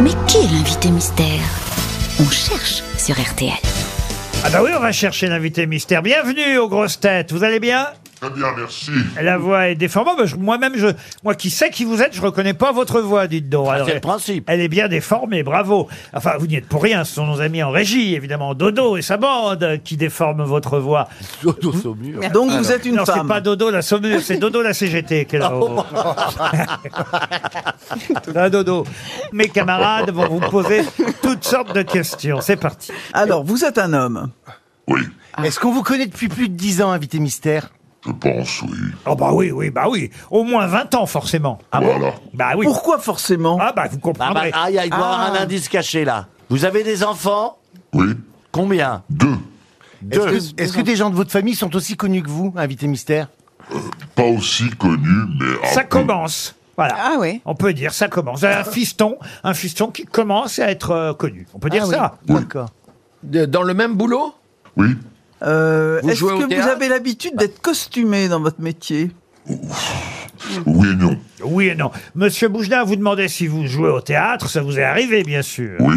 Mais qui est l'invité mystère On cherche sur RTL. Ah bah oui, on va chercher l'invité mystère. Bienvenue aux grosses têtes. Vous allez bien Très bien, merci. La voix est déformante. Bah, je- Moi-même, je, moi qui sais qui vous êtes, je reconnais pas votre voix, dites Ah, donc. Alors, c'est le elle- principe. Elle est bien déformée, bravo. Enfin, vous n'y êtes pour rien. Ce sont nos amis en régie, évidemment, Dodo et sa bande euh, qui déforment votre voix. Dodo Saumur. Donc vous êtes une non, c'est femme. Oh. pas Dodo la Saumur, c'est Dodo la CGT. qu'elle a au- Ah, Dodo. Mes camarades vont vous poser toutes sortes de questions. C'est parti. Alors, vous êtes un homme. Oui, Est-ce qu'on vous connaît depuis plus de 10 ans, invité mystère je pense, oui. Oh bah oui, oui, bah oui. Au moins 20 ans, forcément. Ah bon voilà. Bah oui. Pourquoi forcément Ah bah Ah, vous bah, comprendrez. ah, il y a- il doit y avoir un Ah. indice caché là. Vous avez des enfants Oui, Combien deux. Est-ce que, est-ce que des gens de votre famille sont aussi connus que vous, invité mystère Pas aussi connus, mais. ah. un Ça peu. commence. Voilà. Ah ouais. On peut dire, ça commence. Un fiston, un fiston qui commence à être euh, connu. On peut dire Ah ça. oui, D'accord. De- dans le même boulot Oui, Euh, Vous Est-ce jouez au que vous théâtre avez l'habitude Ah. d'être costumé dans votre métier oui et non. Oui et non. Monsieur Bougelin, vous demandez si vous jouez au théâtre. Ça vous est arrivé, bien sûr. Oui,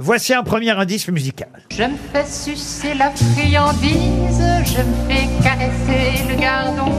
Voici un premier indice musical. Je me fais sucer la friandise, je me fais caresser le gardon,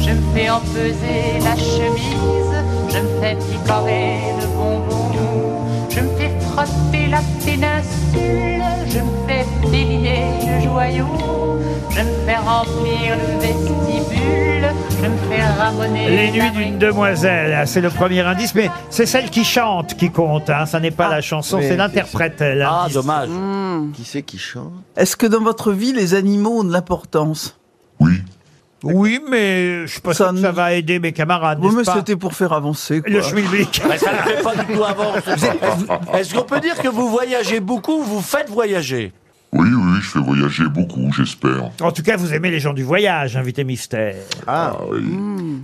je me fais empeser la chemise, je me fais picorer le bonbon, je me fais frotter la péninsule, je me fais déliner le joyau, je me fais remplir le vestibule, je me fais ramoner Les nuits l'abricot. d'une demoiselle, hein, c'est le premier indice, mais c'est celle qui chante qui compte. Hein. Ça n'est pas Ah, la chanson, c'est l'interprète. elle. Ah, dommage. Qui c'est qui chante Est-ce que dans votre vie, les animaux ont de l'importance oui. Oui, mais je pense Ça que ne- ça va aider mes camarades. Oui, n'est-ce mais pas c'était pour faire avancer. Quoi. le schmilblick. Mais ça ne fait pas du tout avant. Est-ce qu'on peut dire que vous voyagez beaucoup ou Vous faites voyager Oui, oui, je fais voyager beaucoup, j'espère. En tout cas, vous aimez les gens du voyage, invité mystère. Ah oui.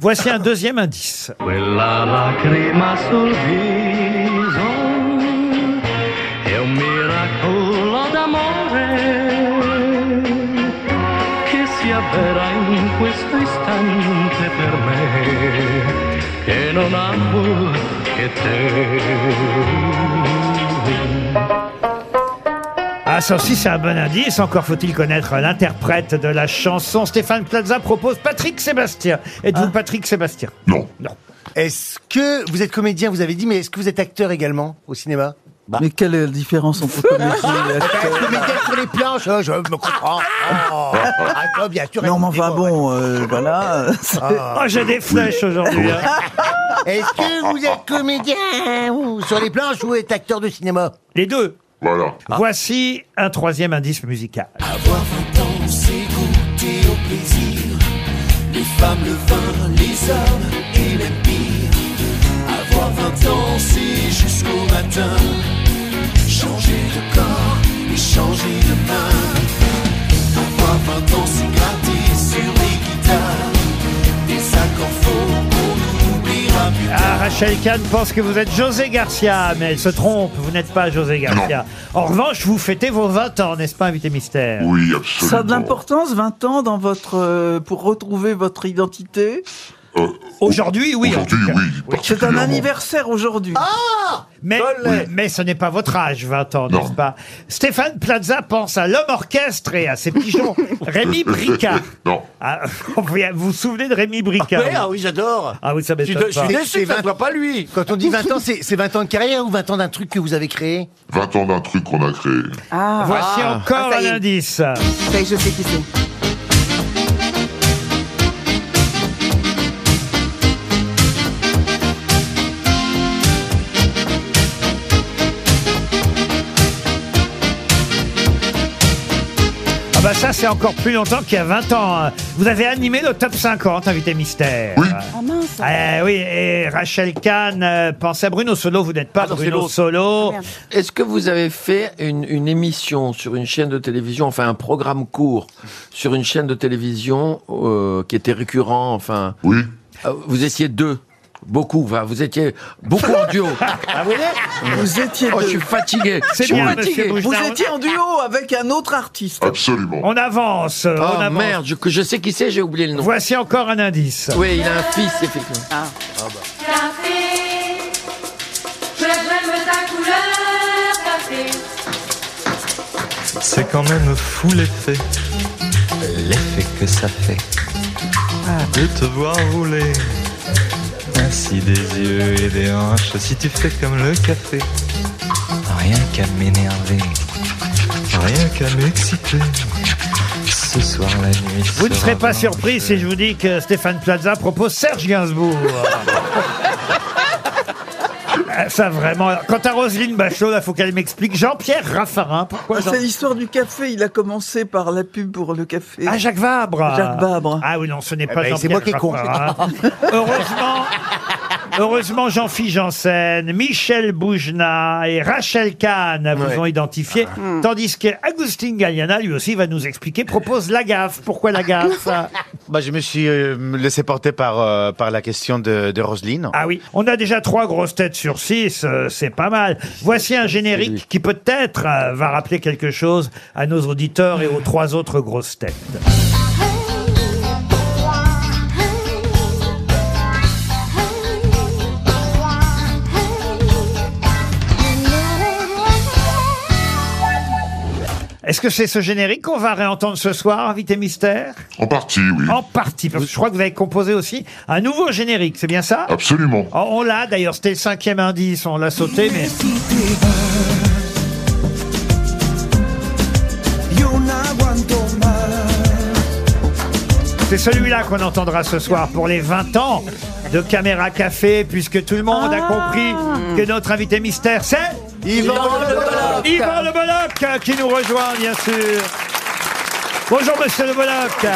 Voici un deuxième indice. Quella lacrima sul viso è un miracolo d'amore che si avvera in questo istante per me che non amo che te. Ah, ça aussi, c'est un bon indice. Encore faut-il connaître l'interprète de la chanson. Stéphane Plaza propose Patrick Sébastien. Êtes-vous Ah. Patrick Sébastien Non, Non. Est-ce que vous êtes comédien, vous avez dit, mais est-ce que vous êtes acteur également au cinéma Ah. Mais quelle est la différence entre comédien et acteur Comédien sur les planches, euh, je me comprends. Oh. Ah, toi, bien sûr. Non, mais écoutez-moi, enfin bon, euh, voilà. c'est- Ah. Oh, j'ai des flèches aujourd'hui. hein. ouais. Est-ce que vous êtes comédien ou sur les planches ou êtes acteur de cinéma Les deux. voilà. Voici un troisième indice musical. Avoir 20 ans, c'est goûter au plaisir. Les femmes, le vin, les hommes et même pire. Avoir 20 ans, c'est jusqu'au matin. Changer de corps et changer de main. Avoir 20 ans, c'est gratter sur les guitares. Des accords faux qu'on oubliera plus Ah, Rachel Kahn pense que vous êtes José Garcia, mais elle se trompe. Vous n'êtes pas José Garcia. En revanche, vous fêtez vos 20 ans, n'est-ce pas, invité mystère Oui, absolument. Ça a de l'importance, 20 ans, dans votre, euh, pour retrouver votre identité Euh, Aujourd'hui, oui. en Aujourd'hui, tout cas. oui. C'est un particulièrement. anniversaire aujourd'hui. Mais, Collet. mais ce n'est pas votre âge, 20 ans, Non. n'est-ce pas Stéphane Plaza pense à l'homme orchestre et à ses pigeons. Rémi Bricard. Non, Ah, vous vous souvenez de Rémi Bricard Ouais, Ah oui, j'adore. Ah oui, ça Je suis de- m'étonne je suis pas. déçu C'est que ça ne vingt- soit pas lui. Quand on dit 20 ans, c'est c'est 20 ans de carrière ou 20 ans d'un truc que vous avez créé 20 ans d'un truc qu'on a créé. Ah, Voici encore Ah, ça un y est. indice. Ah ça y est, je sais qui c'est. Ah bah ça, c'est encore plus longtemps qu'il y a 20 ans. hein. Vous avez animé le top 50, invité mystère. Oui. Ah mince. Eh oui, et Rachel Kahn, euh, pensez à Bruno Solo, vous n'êtes pas non, c'est Bruno l'autre. Solo. Ah, merde. Est-ce que vous avez fait une, une émission sur une chaîne de télévision, enfin un programme court sur une chaîne de télévision euh, qui était récurrent, enfin Oui, euh, Vous étiez deux, beaucoup, enfin, vous étiez beaucoup en duo. Vous étiez Oh, je deux. suis fatigué. Je C'est suis bien, fatigué. monsieur Vous Bougenat. on- étiez en duo avec un autre artiste. absolument. On avance, Oh on avance. merde, je, que je sais qui c'est, j'ai oublié le nom. Voici encore un indice. Oui, il a un fils, effectivement. Je j'aime ta couleur café. C'est quand même fou l'effet, l'effet que ça fait de te voir rouler. Ainsi des yeux et des hanches, si tu fais comme le café, rien qu'à m'énerver, rien qu'à m'exciter. Ce soir la nuit. Vous ne sera serez pas blanche. surpris si je vous dis que Stéphane Plaza propose Serge Gainsbourg. Ah, Ça vraiment. Quant à Roselyne Bachelot, là, faut qu'elle m'explique. Jean-Pierre Raffarin, pourquoi Jean Ah, C'est l'histoire du café. Il a commencé par la pub pour le café. Ah, Jacques Vabre Jacques Vabre. Ah oui, non, ce n'est pas ben, Jean-Pierre c'est moi qui ai con. Raffarin. Heureusement... Heureusement, Jean-Philippe Janssen, Michel Boujna et Rachel Kahn vous ont identifié. Ah. Tandis que Agustin Galliana, lui aussi, va nous expliquer, propose la gaffe. Pourquoi la gaffe Bah, je me suis euh, laissé porter par, euh, par la question de, de Roselyne. Ah oui, on a déjà trois grosses têtes sur six, euh, c'est pas mal. Voici un générique qui peut-être euh, va rappeler quelque chose à nos auditeurs et aux trois autres grosses têtes. Est-ce que c'est ce générique qu'on va réentendre ce soir, Invité Mystère En partie, oui. En partie, parce que je crois que vous avez composé aussi un nouveau générique, c'est bien ça Absolument. Oh, On l'a d'ailleurs, c'était le cinquième indice, on l'a sauté, mais... C'est celui-là qu'on entendra ce soir pour les 20 ans de Caméra Café, puisque tout le monde a compris que notre invité mystère, c'est Yvan Le Bolloc. Yvan Le Bolloc, euh, qui nous rejoint, bien sûr. Bonjour, monsieur Le Bolloc.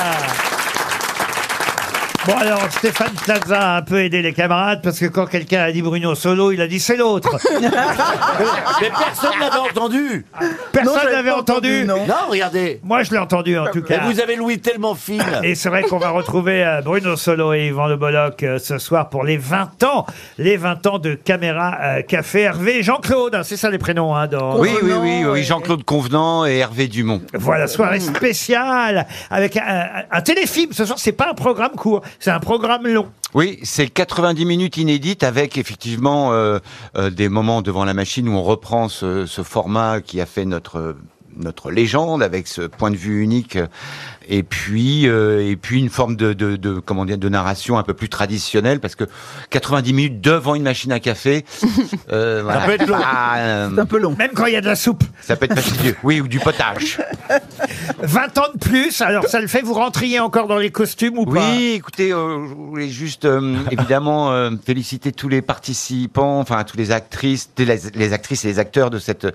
Bon, alors, Stéphane Plaza a un peu aidé les camarades, parce que quand quelqu'un a dit Bruno Solo, il a dit c'est l'autre. Ah, Mais personne n'avait entendu. Non, Personne j'avais n'avait pas entendu. entendu, non. Non, regardez. Moi, je l'ai entendu, en tout Et cas. vous Ah. avez Louis tellement fine. Et c'est vrai qu'on va retrouver euh, Bruno Solo et Yvan Le Bolloc euh, ce soir pour les 20 ans, les 20 ans de Caméra euh, Café Hervé et Jean-Claude, hein, c'est ça les prénoms hein, dans Oui, Oh oui, oui, oui, Jean-Claude Convenant et Hervé Dumont. voilà soirée spéciale avec un, un- un téléfilm. Ce soir, c'est pas un programme court, c'est un programme long. Oui, c'est 90 minutes inédites avec effectivement euh, euh, des moments devant la machine où on reprend ce, ce format qui a fait notre notre légende avec ce point de vue unique euh, et puis euh, et puis une forme de, de, de comment dire de narration un peu plus traditionnelle parce que 90 minutes devant une machine à café euh, voilà, peut être long. pas, euh, C'est un peu long. Même quand il y a de la soupe, ça peut être fastidieux oui ou du potage 20 ans de plus. Alors ça le fait vous rentriez encore dans les costumes ou pas Oui, écoutez, euh, je voulais juste euh, évidemment euh, féliciter tous les participants, enfin tous les actrices, les, les actrices et les acteurs de cette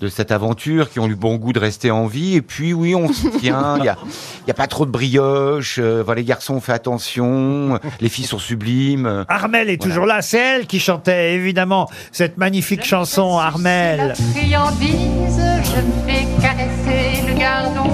de cette aventure qui ont eu bon goût de rester en vie. Et puis oui, on se tient. Il y a, il y a pas trop de brioche. euh, voilà, les garçons, on fait attention. Les filles sont sublimes. euh, Armel est toujours là, c'est elle qui chantait évidemment cette magnifique chanson Armel. La friandise, je me fais caresser le gardon,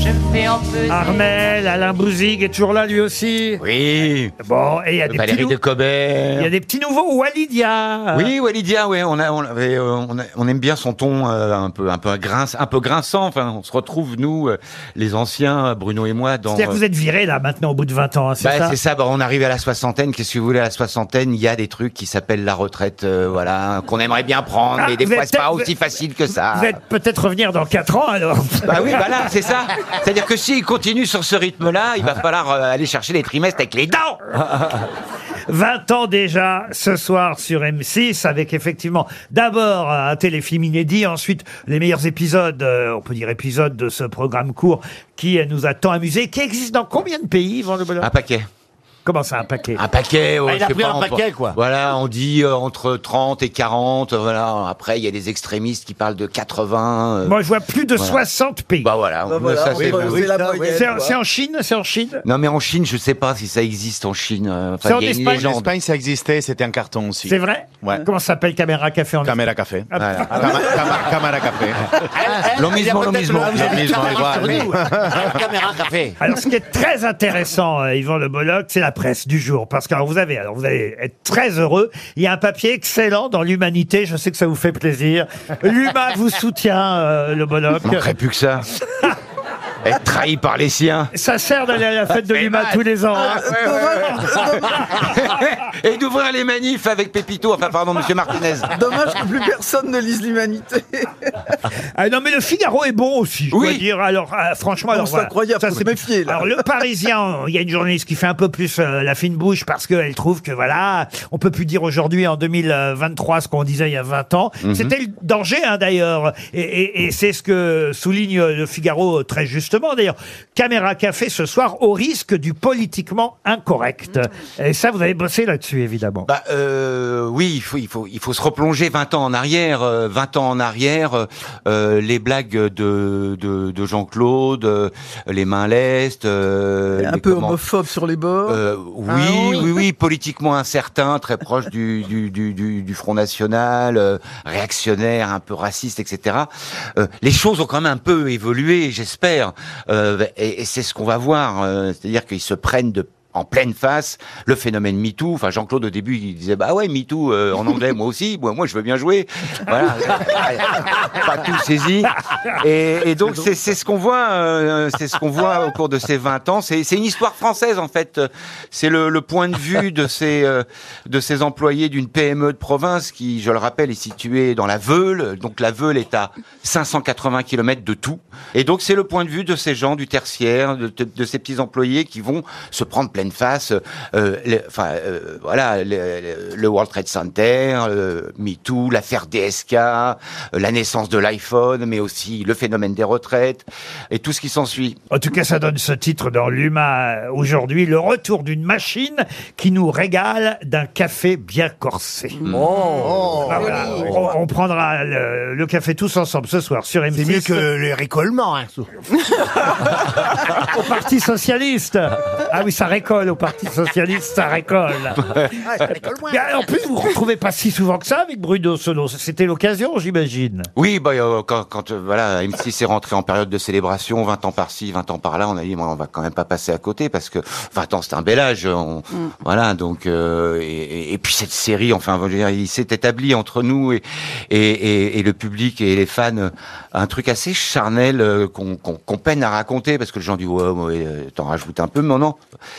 je me fais empeser. Armel, Alain Bouzig est toujours là lui aussi. Oui. Bon, et il y a des petits Valérie nou- de Cobert. il y a des petits nouveaux Walidia. Oui, Walidia, ouais, on a, on, avait, euh, on, a- on aime bien son ton euh, un peu, un peu grince, un peu grinçant. Enfin, on se retrouve nous, euh, les anciens, Bruno et moi, dans. euh, C'est-à-dire que vous êtes viré là maintenant au bout de 20 ans, hein, c'est Bah, ça c'est ça, bah, on arrive à la soixantaine, qu'est-ce que vous voulez à la soixantaine, il y a des trucs qui s'appellent la retraite, euh, voilà, qu'on aimerait bien prendre, Ah, mais des vous fois êtes c'est pas peut- aussi facile que ça. Vous êtes peut-être revenir dans 4 ans alors. Bah oui, bah là, c'est ça. C'est-à-dire que s'il continue sur ce rythme-là, il va falloir euh, aller chercher les trimestres avec les dents 20 ans déjà ce soir sur M6 avec effectivement d'abord un téléfilm inédit, ensuite les meilleurs épisodes, euh, on peut dire épisodes de ce programme court qui euh, nous a tant amusé, qui existe dans combien de pays, Yvan Le Bolloc Ah. Un paquet. Comment ça, un paquet Un paquet, ouais, Ah, il a je sais pris pas, un on- paquet, quoi. Voilà, on dit euh, entre 30 et 40, euh, voilà. Après, il y a des extrémistes qui parlent de 80. euh, Moi je vois plus de Voilà. 60 pays. Bah voilà, Bah on- voilà, ça, on c'est- va- oui. c'est la moyenne, c'est en- quoi. c'est en Chine, c'est en Chine Non mais en Chine, je sais pas si ça existe en Chine. euh, C'est Enfin, en il y a une Espagne, En légende. Espagne, ça existait, c'était un carton aussi. C'est vrai Ouais. Comment ça s'appelle Caméra Café en Caméra Café. Ah, Voilà. Cama- cama- Caméra Café. Lo mismo, lo mismo. Lo mismo, igual. Caméra café. Alors, ce qui est très intéressant, euh, Yvan Le Bolloc, c'est la presse du jour. Parce que alors, vous avez, alors vous allez être très heureux. Il y a un papier excellent dans l'Humanité. Je sais que ça vous fait plaisir. L'Huma vous soutient, euh, Le Bolloc. Il manquerait plus que ça. Être trahi par les siens. Ça sert d'aller à la fête de Et Lima bah- tous les ans. hein. Et d'ouvrir les manifs avec Pépito, enfin pardon, Monsieur Martinez. Dommage que plus personne ne lise l'humanité. Ah non, mais le Figaro est bon aussi, je Oui. dois dire. Alors, ah, franchement, Non, alors, c'est voilà. incroyable, Ça, faut c'est- se méfier, là. Alors, le Parisien, il y a une journaliste qui fait un peu plus euh, la fine bouche parce qu'elle trouve que, voilà, on peut plus dire aujourd'hui, en 2023, ce qu'on disait il y a 20 ans. Mhm. C'était le danger, hein, d'ailleurs. Et, et- et c'est ce que souligne le Figaro euh, très justement, d'ailleurs. Caméra Café ce soir, au risque du politiquement incorrect. Et ça, vous avez bossé là-dessus, évidemment. Bah euh, oui, il faut, il faut il faut se replonger 20 ans en arrière, euh, 20 ans en arrière, euh, euh, les blagues de de, de Jean-Claude, euh, les mains lestes, euh, Un les peu comment- homophobe sur les bords. Euh, oui, Ah oui, oui. oui, politiquement incertain, très proche du, du, du, du, du Front National, euh, réactionnaire, un peu raciste, etc. Euh, les choses ont quand même un peu évolué, j'espère, Euh, et, et c'est ce qu'on va voir, euh, c'est-à-dire qu'ils se prennent de en pleine face, le phénomène MeToo. Enfin, Jean-Claude au début, il disait bah ouais MeToo euh, en anglais, moi aussi, moi, moi je veux bien jouer. Voilà, pas tout saisi. Et, et donc c'est c'est ce qu'on voit, euh, c'est ce qu'on voit au cours de ces 20 ans. C'est c'est une histoire française en fait. C'est le, le point de vue de ces euh, de ces employés d'une PME de province qui, je le rappelle, est située dans la Veule. Donc la Veule est à 580 km de tout. Et donc c'est le point de vue de ces gens du tertiaire, de, de- de ces petits employés qui vont se prendre pleine face. euh, les- Enfin euh, voilà, le, le World Trade Center, euh, MeToo, l'affaire DSK, euh, la naissance de l'iPhone, mais aussi le phénomène des retraites et tout ce qui s'ensuit. En tout cas, ça donne ce titre dans l'UMA euh, aujourd'hui, le retour d'une machine qui nous régale d'un café bien corsé. Ah, voilà. on, on prendra le, le café tous ensemble ce soir sur M6. C'est mieux que les récollements, hein. Au Parti Socialiste Ah oui, ça récolte au Parti Socialiste, ça récolte. Mais en plus, vous ne retrouvez pas si souvent que ça avec Bruno Solo. C'était l'occasion, j'imagine. Oui, bah, euh, quand, quand euh, voilà, M6 est rentré en période de célébration, 20 ans par-ci, 20 ans par-là, on a dit, moi, on va quand même pas passer à côté parce que 20 ans, c'est un bel âge. on- Mm. Voilà, donc euh, et- et, et puis cette série, enfin, je veux dire, il s'est établi entre nous et, et, et, et le public et les fans euh, un truc assez charnel euh, qu'on qu'on- qu'on peine à raconter parce que les gens disent, ouais, ouais, euh, t'en rajoutes un peu, mais non,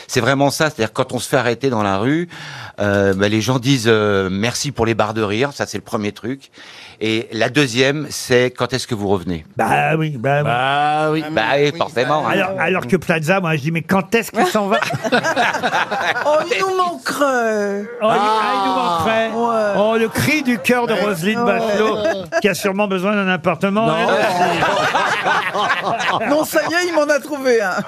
c'est vraiment ça. C'est-à-dire quand on se fait arrêter dans la rue, euh, bah, les gens disent euh, merci pour les barres de rire, ça c'est le premier truc. Et la deuxième, c'est quand est-ce que vous revenez Bah oui, bah, oui, bah oui, forcément. Alors, alors que Plaza, moi, je dis, mais quand est-ce qu'il s'en va Oh, il nous manquerait. Oh, il- ah, il nous manquerait. Oh, le cri du cœur de Roselyne Bachelot, qui a sûrement besoin d'un appartement. Non, ça y est, il m'en a trouvé un.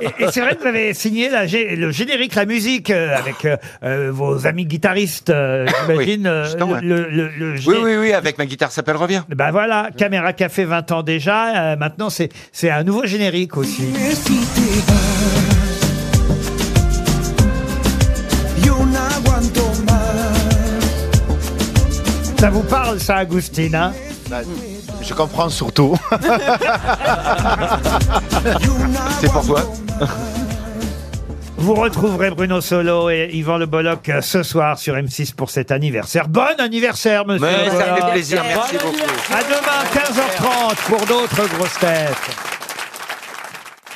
Et, et c'est vrai que vous avez signé la gé- le générique, la musique, euh, avec euh, euh, vos amis guitaristes, euh, Ah j'imagine. euh, le, le- le Oui, gé- oui, oui, avec ma guitare s'appelle Revient. Ben voilà, Caméra Café 20 ans déjà, euh, maintenant c'est c'est un nouveau générique aussi. Yo no aguanto más. Ça vous parle ça, Agustine hein Je comprends surtout. C'est pour toi. Vous retrouverez Bruno Solo et Yvan Le Bolloc euh, ce soir sur M6 pour cet anniversaire. Bon anniversaire, monsieur. Mais ça Bolloc. fait plaisir, merci beaucoup. À demain, 15h30 pour d'autres grosses têtes.